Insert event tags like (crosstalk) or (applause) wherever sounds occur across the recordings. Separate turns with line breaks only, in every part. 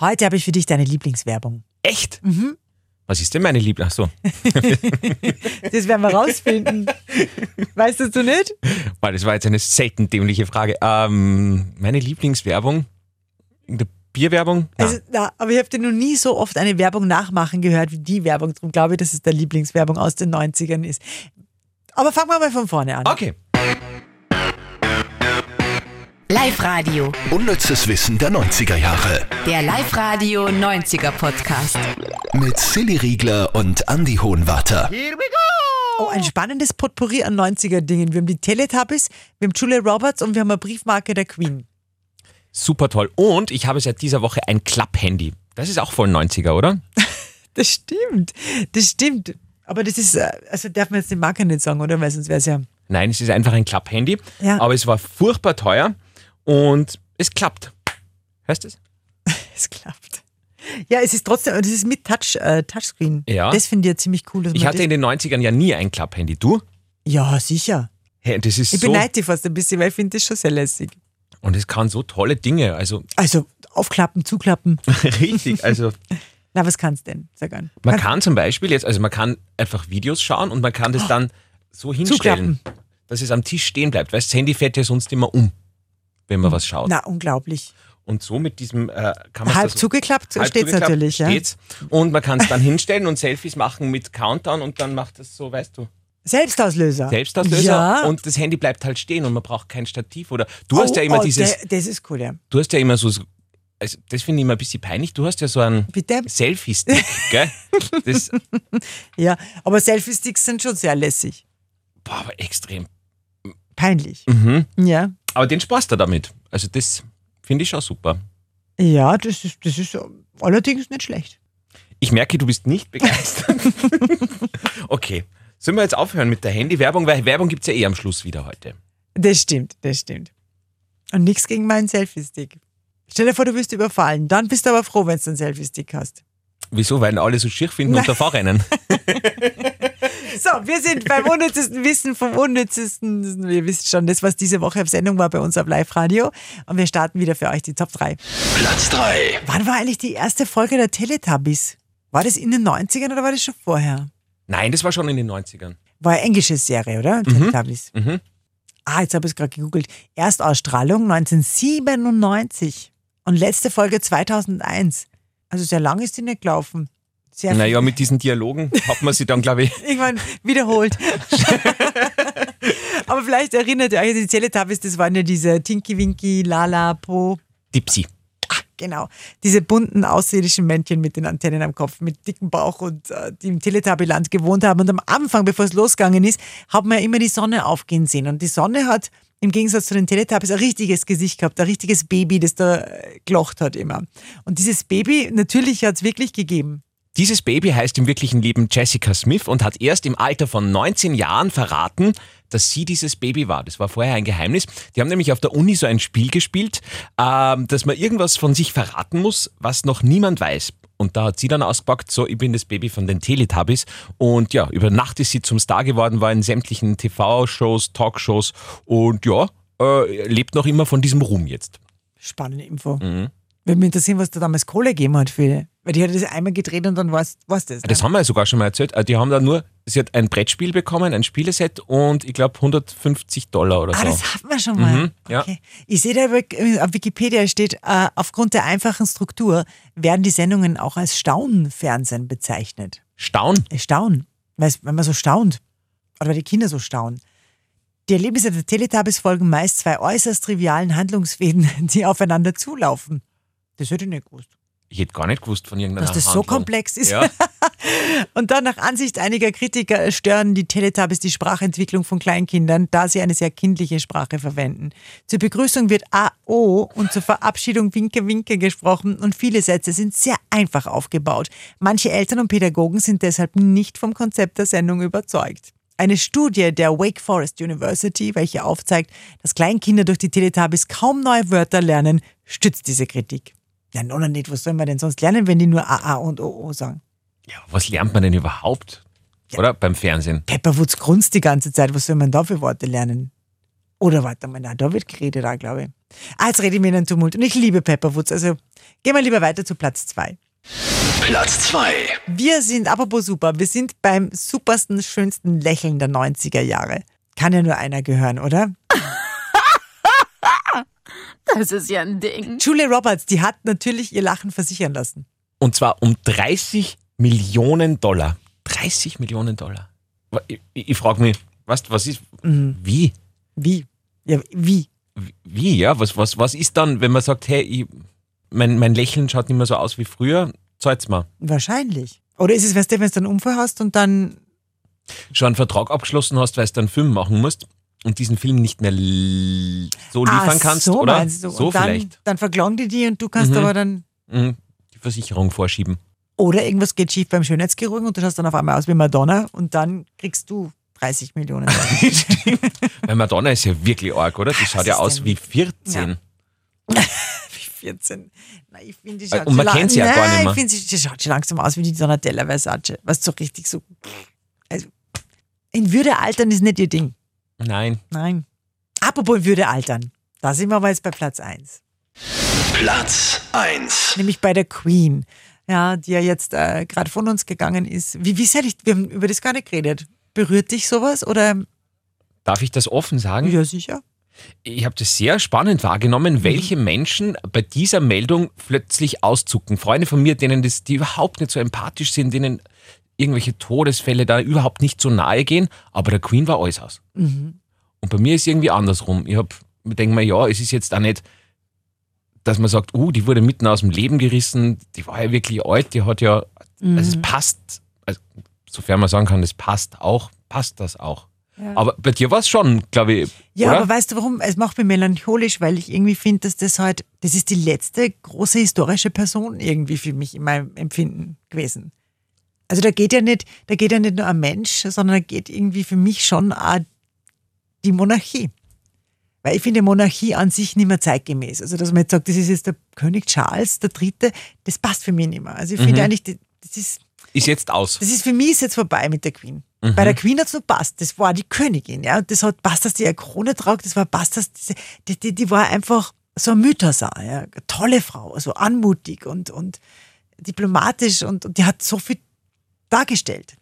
Heute habe ich für dich deine Lieblingswerbung.
Echt?
Mhm.
Was ist denn meine Lieblings? Ach so,
Das werden wir rausfinden. weißt du es du nicht?
weil das war jetzt eine selten dämliche Frage. Ähm, meine Lieblingswerbung? Eine Bierwerbung? Nein.
Also, na, aber ich habe dir noch nie so oft eine Werbung nachmachen gehört wie die Werbung. Darum glaube ich, dass es deine Lieblingswerbung aus den 90ern ist. Aber fangen wir mal von vorne an.
okay.
Live-Radio,
Unnützes Wissen der 90er Jahre.
der Live-Radio 90er Podcast.
Mit Silly Riegler und Andy Hohenwarter.
Oh, ein spannendes Potpourri an 90er-Dingen. Wir haben die Teletubbies, wir haben Julia Roberts und wir haben eine Briefmarke der Queen.
Super toll. Und ich habe seit dieser Woche ein Klapphandy. Das ist auch voll 90er, oder?
Das stimmt, das stimmt. Aber das ist, äh, also darf man jetzt die Marke nicht sagen, oder? Weil sonst wäre es ja.
Nein, es ist einfach ein Klapphandy.
Ja.
Aber es war furchtbar teuer und es klappt. Hörst du es?
Es klappt. Ja, es ist trotzdem, das ist mit Touch, äh, Touchscreen.
Ja.
Das finde ich ja ziemlich cool. Dass
Ich
man
hatte in
das,
den 90ern ja nie ein Klapphandy. Du?
ja, sicher.
Hä, Das ist
Ich
so.
beneide dich fast ein bisschen, weil ich finde das schon sehr lässig.
Und es kann so tolle Dinge. Also (laughs)
Also aufklappen, zuklappen.
richtig. Also
Na, was kannst denn? Sag an.
man kann zum Beispiel jetzt, also man kann einfach Videos schauen und man kann das dann so hinstellen, dass es am Tisch stehen bleibt. Weißt, das Handy fährt ja sonst immer um, wenn man was schaut.
Na, unglaublich.
Und so mit diesem äh, kann man
Halb zugeklappt steht's natürlich, ja.
Steht's. Und man kann es dann hinstellen und Selfies machen mit Countdown und dann macht das so, weißt du.
Selbstauslöser.
Selbstauslöser
Ja.
und das Handy bleibt halt stehen und man braucht kein Stativ oder du hast
oh,
ja immer
oh,
dieses
der- Das ist cool, ja.
du hast ja immer so also das finde ich immer ein bisschen peinlich, du hast ja so einen
Bitte? (laughs)
Selfie Stick, gell? Das
Ja, aber Selfie-Sticks sind schon sehr lässig.
boah, aber extrem.
Peinlich.
Mhm.
Ja.
Aber den Spaß da damit. Also das finde ich schon super.
Ja, das ist, das ist allerdings nicht schlecht.
Ich merke, du bist nicht begeistert. (laughs) okay. Sollen wir jetzt aufhören mit der Handywerbung, weil Werbung gibt es ja eh am Schluss wieder heute.
Das stimmt, das stimmt. Und nichts gegen meinen Selfie-Stick. Stell dir vor, du wirst überfallen. Dann bist du aber froh, wenn du einen Selfie-Stick hast.
Wieso? Weil ihn alle so schier finden und davor rennen.
So, wir sind beim unnützesten Wissen vom unnützesten. Ihr wisst schon, das, was diese Woche auf Sendung war bei uns auf Live-Radio. Und wir starten wieder für euch die Top 3.
Platz 3.
Wann war eigentlich die erste Folge der Teletubbies? War das in den 90ern oder war das schon vorher?
Nein, das war schon in den 90ern.
War eine englische Serie, oder? Teletubbies.
Mhm.
Ah, jetzt habe ich es gerade gegoogelt. Erstausstrahlung 1997 und letzte Folge 2001. Also sehr lang ist die nicht gelaufen. Sehr
Naja, mit diesen Dialogen hat man sie dann, glaube ich,
viel- Irgendwann wiederholt. (laughs) Aber vielleicht erinnert ihr euch, die Teletubbies, das waren ja diese Tinky Winky, Lala, Po.
Dipsy.
Ah, genau. Diese bunten außerirdischen Männchen mit den Antennen am Kopf, mit dickem Bauch und äh, die im Teletubbyland gewohnt haben. Und am Anfang, bevor es losgegangen ist, hat man ja immer die Sonne aufgehen sehen. Und die Sonne hat im Gegensatz zu den Teletubbies ein richtiges Gesicht gehabt, ein richtiges Baby, das da äh, gelocht hat immer. Und dieses Baby, natürlich hat es wirklich gegeben.
Dieses Baby heißt im wirklichen Leben Jessica Smith und hat erst im Alter von 19 Jahren verraten, dass sie dieses Baby war. Das war vorher ein Geheimnis. Die haben nämlich auf der Uni so ein Spiel gespielt, ähm, dass man irgendwas von sich verraten muss, was noch niemand weiß. Und da hat sie dann ausgepackt, so, ich bin das Baby von den Teletubbies. Und ja, über Nacht ist sie zum Star geworden, war in sämtlichen TV-Shows, Talkshows und ja, äh, lebt noch immer von diesem Ruhm jetzt.
Spannende Info. Würde mich interessieren, was da damals Kohle gegeben hat für. Weil die hat das einmal gedreht und dann war es das. Ne?
Ah, Das haben wir ja sogar schon mal erzählt. Äh, Die haben da nur, sie hat ein Brettspiel bekommen, ein Spieleset und ich glaube 150 Dollar oder
Ah,
so.
das hatten wir schon mal.
Mhm, ja.
okay. Ich sehe da über- äh, auf Wikipedia steht, äh, aufgrund der einfachen Struktur werden die Sendungen auch als Staunenfernsehen bezeichnet.
Staun.
Äh, Staunen. Weil's- Wenn man so staunt. Oder weil die Kinder so staunen. Die Erlebnisse der Teletubbies folgen meist zwei äußerst trivialen Handlungsfäden, (laughs) die aufeinander zulaufen. Das hätte ich nicht gewusst.
Ich hätte gar nicht gewusst von irgendeiner
Dass das so
Handlung.
komplex ist.
Ja,
Und dann nach Ansicht einiger Kritiker stören die Teletubbies die Sprachentwicklung von Kleinkindern, da sie eine sehr kindliche Sprache verwenden. Zur Begrüßung wird AO und zur Verabschiedung Winke Winke gesprochen und viele Sätze sind sehr einfach aufgebaut. Manche Eltern und Pädagogen sind deshalb nicht vom Konzept der Sendung überzeugt. Eine Studie der Wake Forest University, welche aufzeigt, dass Kleinkinder durch die Teletubbies kaum neue Wörter lernen, stützt diese Kritik. Ja, nun und nicht, was sollen wir denn sonst lernen, wenn die nur AA und OO sagen?
ja was lernt man denn überhaupt? Oder? Beim Fernsehen.
Pepperwoods Grunz die ganze Zeit. Was soll man da für Worte lernen? Oder warte mal, nein, da wird geredet auch, glaube ich. Ah, jetzt rede ich mir in einen Tumult. Und ich liebe Pepperwoods. Also Gehen wir lieber weiter zu Platz zwei.
Platz 2.
Wir sind, apropos super, wir sind beim supersten, schönsten Lächeln der 90er Jahre. Kann ja nur einer gehören, oder?
Das ist ja ein Ding.
Julia Roberts, die hat natürlich ihr Lachen versichern lassen.
Und zwar um 30 Millionen Dollar. 30 Millionen Dollar. Wa- Ich, ich, ich frage mich, was, was ist,
Mhm.
wie?
Wie? Ja, wie?
Wie, ja? Was, was, was ist dann, wenn man sagt, hey, ich, mein, mein Lächeln schaut nicht mehr so aus wie früher, zahlt's mal.
Wahrscheinlich. Oder ist es, weißt du, wenn du einen Unfall hast und dann
Schon einen Vertrag abgeschlossen hast, weil du einen Film machen musst und diesen Film nicht mehr l- so
Ah,
liefern kannst,
so
oder?
meinst du.
So
und dann,
vielleicht.
Dann verklagen die die und du kannst
Mhm.
aber dann...
Mhm. Die Versicherung vorschieben.
Oder irgendwas geht schief beim Schönheitschirurgen und du schaust dann auf einmal aus wie Madonna und dann kriegst du 30
(laughs)
Millionen. (laughs)
Stimmt. Weil Madonna ist ja wirklich arg, oder? Die schaut ja
ist
aus
denn-
wie 14.
14. Na, ich finde, die schaut
Und man
schon
kennt sie
lang-
ja gar nicht
Nein,
mehr.
Ich finde, sie sie schaut schon langsam aus wie die Donatella Versace. Was so richtig so. Also, in Würde altern ist nicht ihr Ding.
Nein.
Nein. Apropos in Würde altern. Da sind wir aber jetzt bei Platz 1.
Platz 1.
Nämlich bei der Queen. Ja, die ja jetzt äh, gerade von uns gegangen ist. Wie, wie seid ich, wir haben über das gar nicht geredet. Berührt dich sowas oder?
Hm? Darf ich das offen sagen?
Ja, sicher.
Ich habe das sehr spannend wahrgenommen,
Mhm.
welche Menschen bei dieser Meldung plötzlich auszucken. Freunde von mir, denen das, die überhaupt nicht so empathisch sind, denen irgendwelche Todesfälle da überhaupt nicht so nahe gehen, aber der Queen war alles aus.
Mhm.
Und bei mir ist irgendwie andersrum. Ich, hab- ich denke mir, ja, es ist jetzt da nicht, dass man sagt, uh, die wurde mitten aus dem Leben gerissen, die war ja wirklich alt, die hat ja, also
Mhm.
es passt, also, sofern man sagen kann, das passt auch, passt das auch. Aber bei dir war es schon, glaube ich.
Ja,
oder?
aber weißt du warum? Es macht mich melancholisch, weil ich irgendwie finde, dass das halt, das ist die letzte große historische Person irgendwie für mich in meinem Empfinden gewesen. Also da geht ja nicht, da geht ja nicht nur ein Mensch, sondern da geht irgendwie für mich schon auch die Monarchie. Weil ich finde Monarchie an sich nicht mehr zeitgemäß. Also dass man jetzt sagt, das ist jetzt der König Charles der Dritte, das passt für mich nicht mehr. Also ich finde eigentlich, das- das ist,
ist jetzt aus.
das ist für mich ist jetzt vorbei mit der Queen. Bei der Queen hat es noch passt. Das war die Königin, ja. Und das hat passt, dass die eine Krone tragt. Das war passt, dass diese- die, die, die war einfach so ein Mythos, auch, ja. Eine Tolle Frau, so anmutig und, und diplomatisch und, und die hat so viel dargestellt.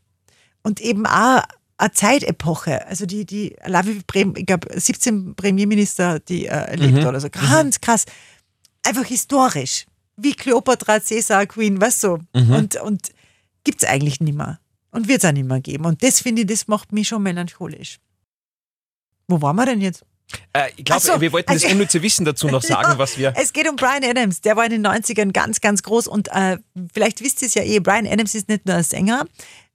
Und eben auch eine Zeitepoche. Also die, die, Lavi, ich glaube, 17 Premierminister, die äh, erlebt oder so. Ganz krass einfach historisch. Wie Cleopatra, Caesar, Queen, weißt du? Und, und gibt's eigentlich nimmer. Und wird's auch nimmer geben. Und das finde ich, das macht mich schon melancholisch. Wo waren wir denn jetzt?
Äh, ich glaube,
Ach so,
wir wollten
also-
das unnütze Wissen dazu
(laughs)
noch sagen,
Ja,
was wir.
Es geht um Brian Adams. Der war in den 90ern ganz, ganz groß. Und äh, vielleicht wisst ihr es ja eh, Brian Adams ist nicht nur ein Sänger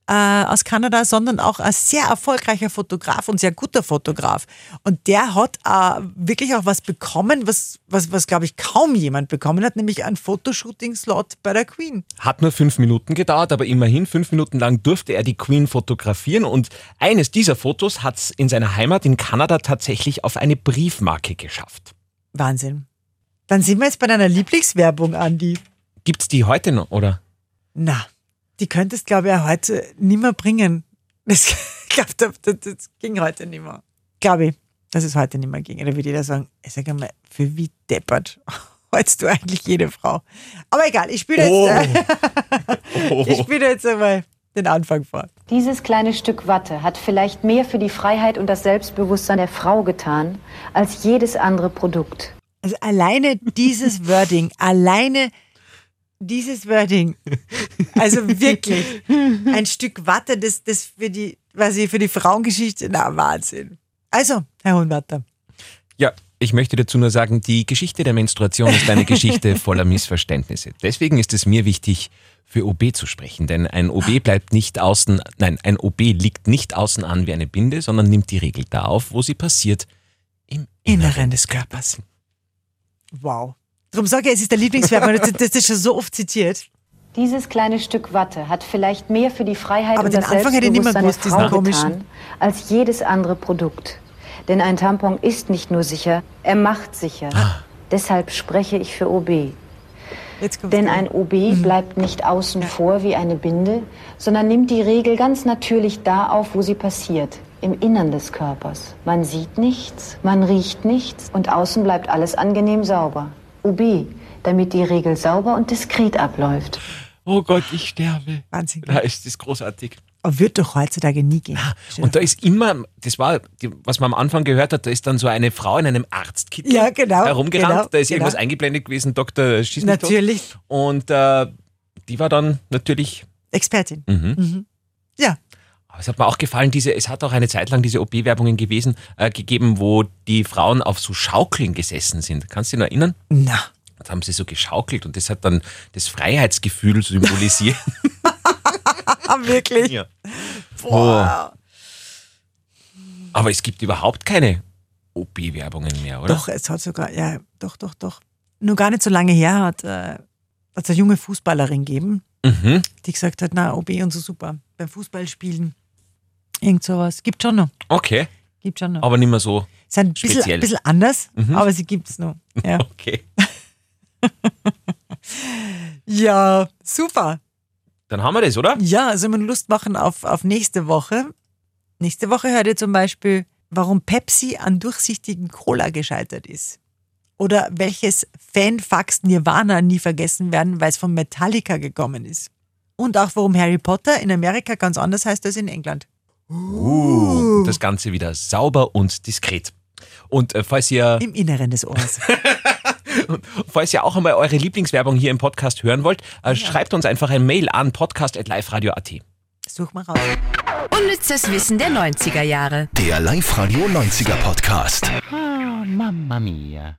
äh, aus Kanada, sondern auch ein sehr erfolgreicher Fotograf und sehr guter Fotograf. Und der hat äh, wirklich auch was bekommen, was, was, was glaube ich, kaum jemand bekommen hat, nämlich einen Fotoshooting-Slot bei der Queen.
Hat nur fünf Minuten gedauert, aber immerhin fünf Minuten lang durfte er die Queen fotografieren und eines dieser Fotos hat es in seiner Heimat in Kanada tatsächlich auf eine Briefmarke geschafft.
Wahnsinn. Dann sind wir jetzt bei deiner Lieblingswerbung, Andi.
Gibt's die heute noch, oder?
Na, die könntest, glaube ich, auch heute nimmer bringen. Das, (laughs) ich glaube, das, das, das ging heute nimmer. Glaube ich, dass es heute nimmer ging. Oder würde jeder sagen, ich sag einmal, für wie deppert (laughs) holst du eigentlich jede Frau? Aber egal, ich spiele jetzt, äh, ich spiele jetzt einmal den Anfang vor.
Dieses kleine Stück Watte hat vielleicht mehr für die Freiheit und das Selbstbewusstsein der Frau getan als jedes andere Produkt.
Also alleine dieses Wording, alleine dieses Wording, also wirklich ein Stück Watte, das, das für die, weiß ich, für die Frauengeschichte, na Wahnsinn. Also, Herr Hohenwatter,
Ja, ich möchte dazu nur sagen, die Geschichte der Menstruation ist eine Geschichte (laughs) voller Missverständnisse. Deswegen ist es mir wichtig, für OB zu sprechen, denn ein OB bleibt nicht außen, nein, ein OB liegt nicht außen an wie eine Binde, sondern nimmt die Regel da auf, wo sie passiert, im
Inneren des Körpers. Wow. Drum sage ich, es ist der Lieblingswerbung,
(laughs)
das, das ist schon so oft zitiert.
Dieses kleine Stück Watte hat vielleicht mehr für die Freiheit
Aber
und
den
das
Anfang hätte niemand
Selbstbewusstsein
gewusst, diesen
der Frau
komischen.
getan als jedes andere Produkt. Denn ein Tampon ist nicht nur sicher, er macht sicher.
Ah.
Deshalb spreche ich für OB.
Jetzt kommt's. Mhm.
Denn ein OB bleibt nicht außen vor wie eine Binde, sondern nimmt die Regel ganz natürlich da auf, wo sie passiert, im Innern des Körpers. Man sieht nichts, man riecht nichts und außen bleibt alles angenehm sauber. OB, damit die Regel sauber und diskret abläuft.
Oh Gott, ich sterbe.
Wahnsinn.
Da ist das großartig.
Aber wird doch heutzutage nie gehen.
Ah, Und da ist immer, das war, die, was man am Anfang gehört hat, da ist dann so eine Frau in einem Arztkittel
Ja, genau,
herumgerannt.
genau,
da ist irgendwas
genau.
eingeblendet gewesen, Dr. Schieß mich tot.
Natürlich.
Und äh, die war dann natürlich,
Expertin.
Mhm.
Mhm. Ja,
aber es hat mir auch gefallen, diese, es hat auch eine Zeit lang diese OP-Werbungen gewesen, äh, gegeben, wo die Frauen auf so Schaukeln gesessen sind. Kannst du dich noch erinnern?
na.
Da haben sie so geschaukelt und das hat dann das Freiheitsgefühl symbolisiert.
Ah, wirklich?
Ja. Oh.
Boah.
Aber es gibt überhaupt keine OP-Werbungen mehr, oder?
Doch, es hat sogar, ja, doch, doch, doch. Nur gar nicht so lange her hat äh, hat's eine junge Fußballerin gegeben,
Mhm.
die gesagt hat, na, OB und so super. Beim Fußballspielen. Irgend sowas. Gibt schon noch.
Okay,
Gibt schon noch.
aber nicht mehr so.
ist ein bisschen,
speziell.
ein bisschen anders,
Mhm.
aber sie gibt es noch.
(laughs)
Ja.
Okay.
ja, super.
Dann haben wir das, oder?
Ja, also man Lust machen auf, auf nächste Woche. Nächste Woche hört ihr zum Beispiel, warum Pepsi an durchsichtigen Cola gescheitert ist. Oder welches Fanfax Nirvana nie vergessen werden, weil es von Metallica gekommen ist. Und auch warum Harry Potter in Amerika ganz anders heißt als in England.
Uh. Das Ganze wieder sauber und diskret. Und äh, falls ihr
Im Inneren des
(laughs)
Ohrs.
falls ihr auch einmal eure Lieblingswerbung hier im Podcast hören wollt, äh, schreibt uns einfach ein Mail an podcast@liferadio.at.
Such mal raus.
Unnützes Wissen der 90er Jahre.
Der Live-Radio 90er Podcast.
Ah, mamma mia.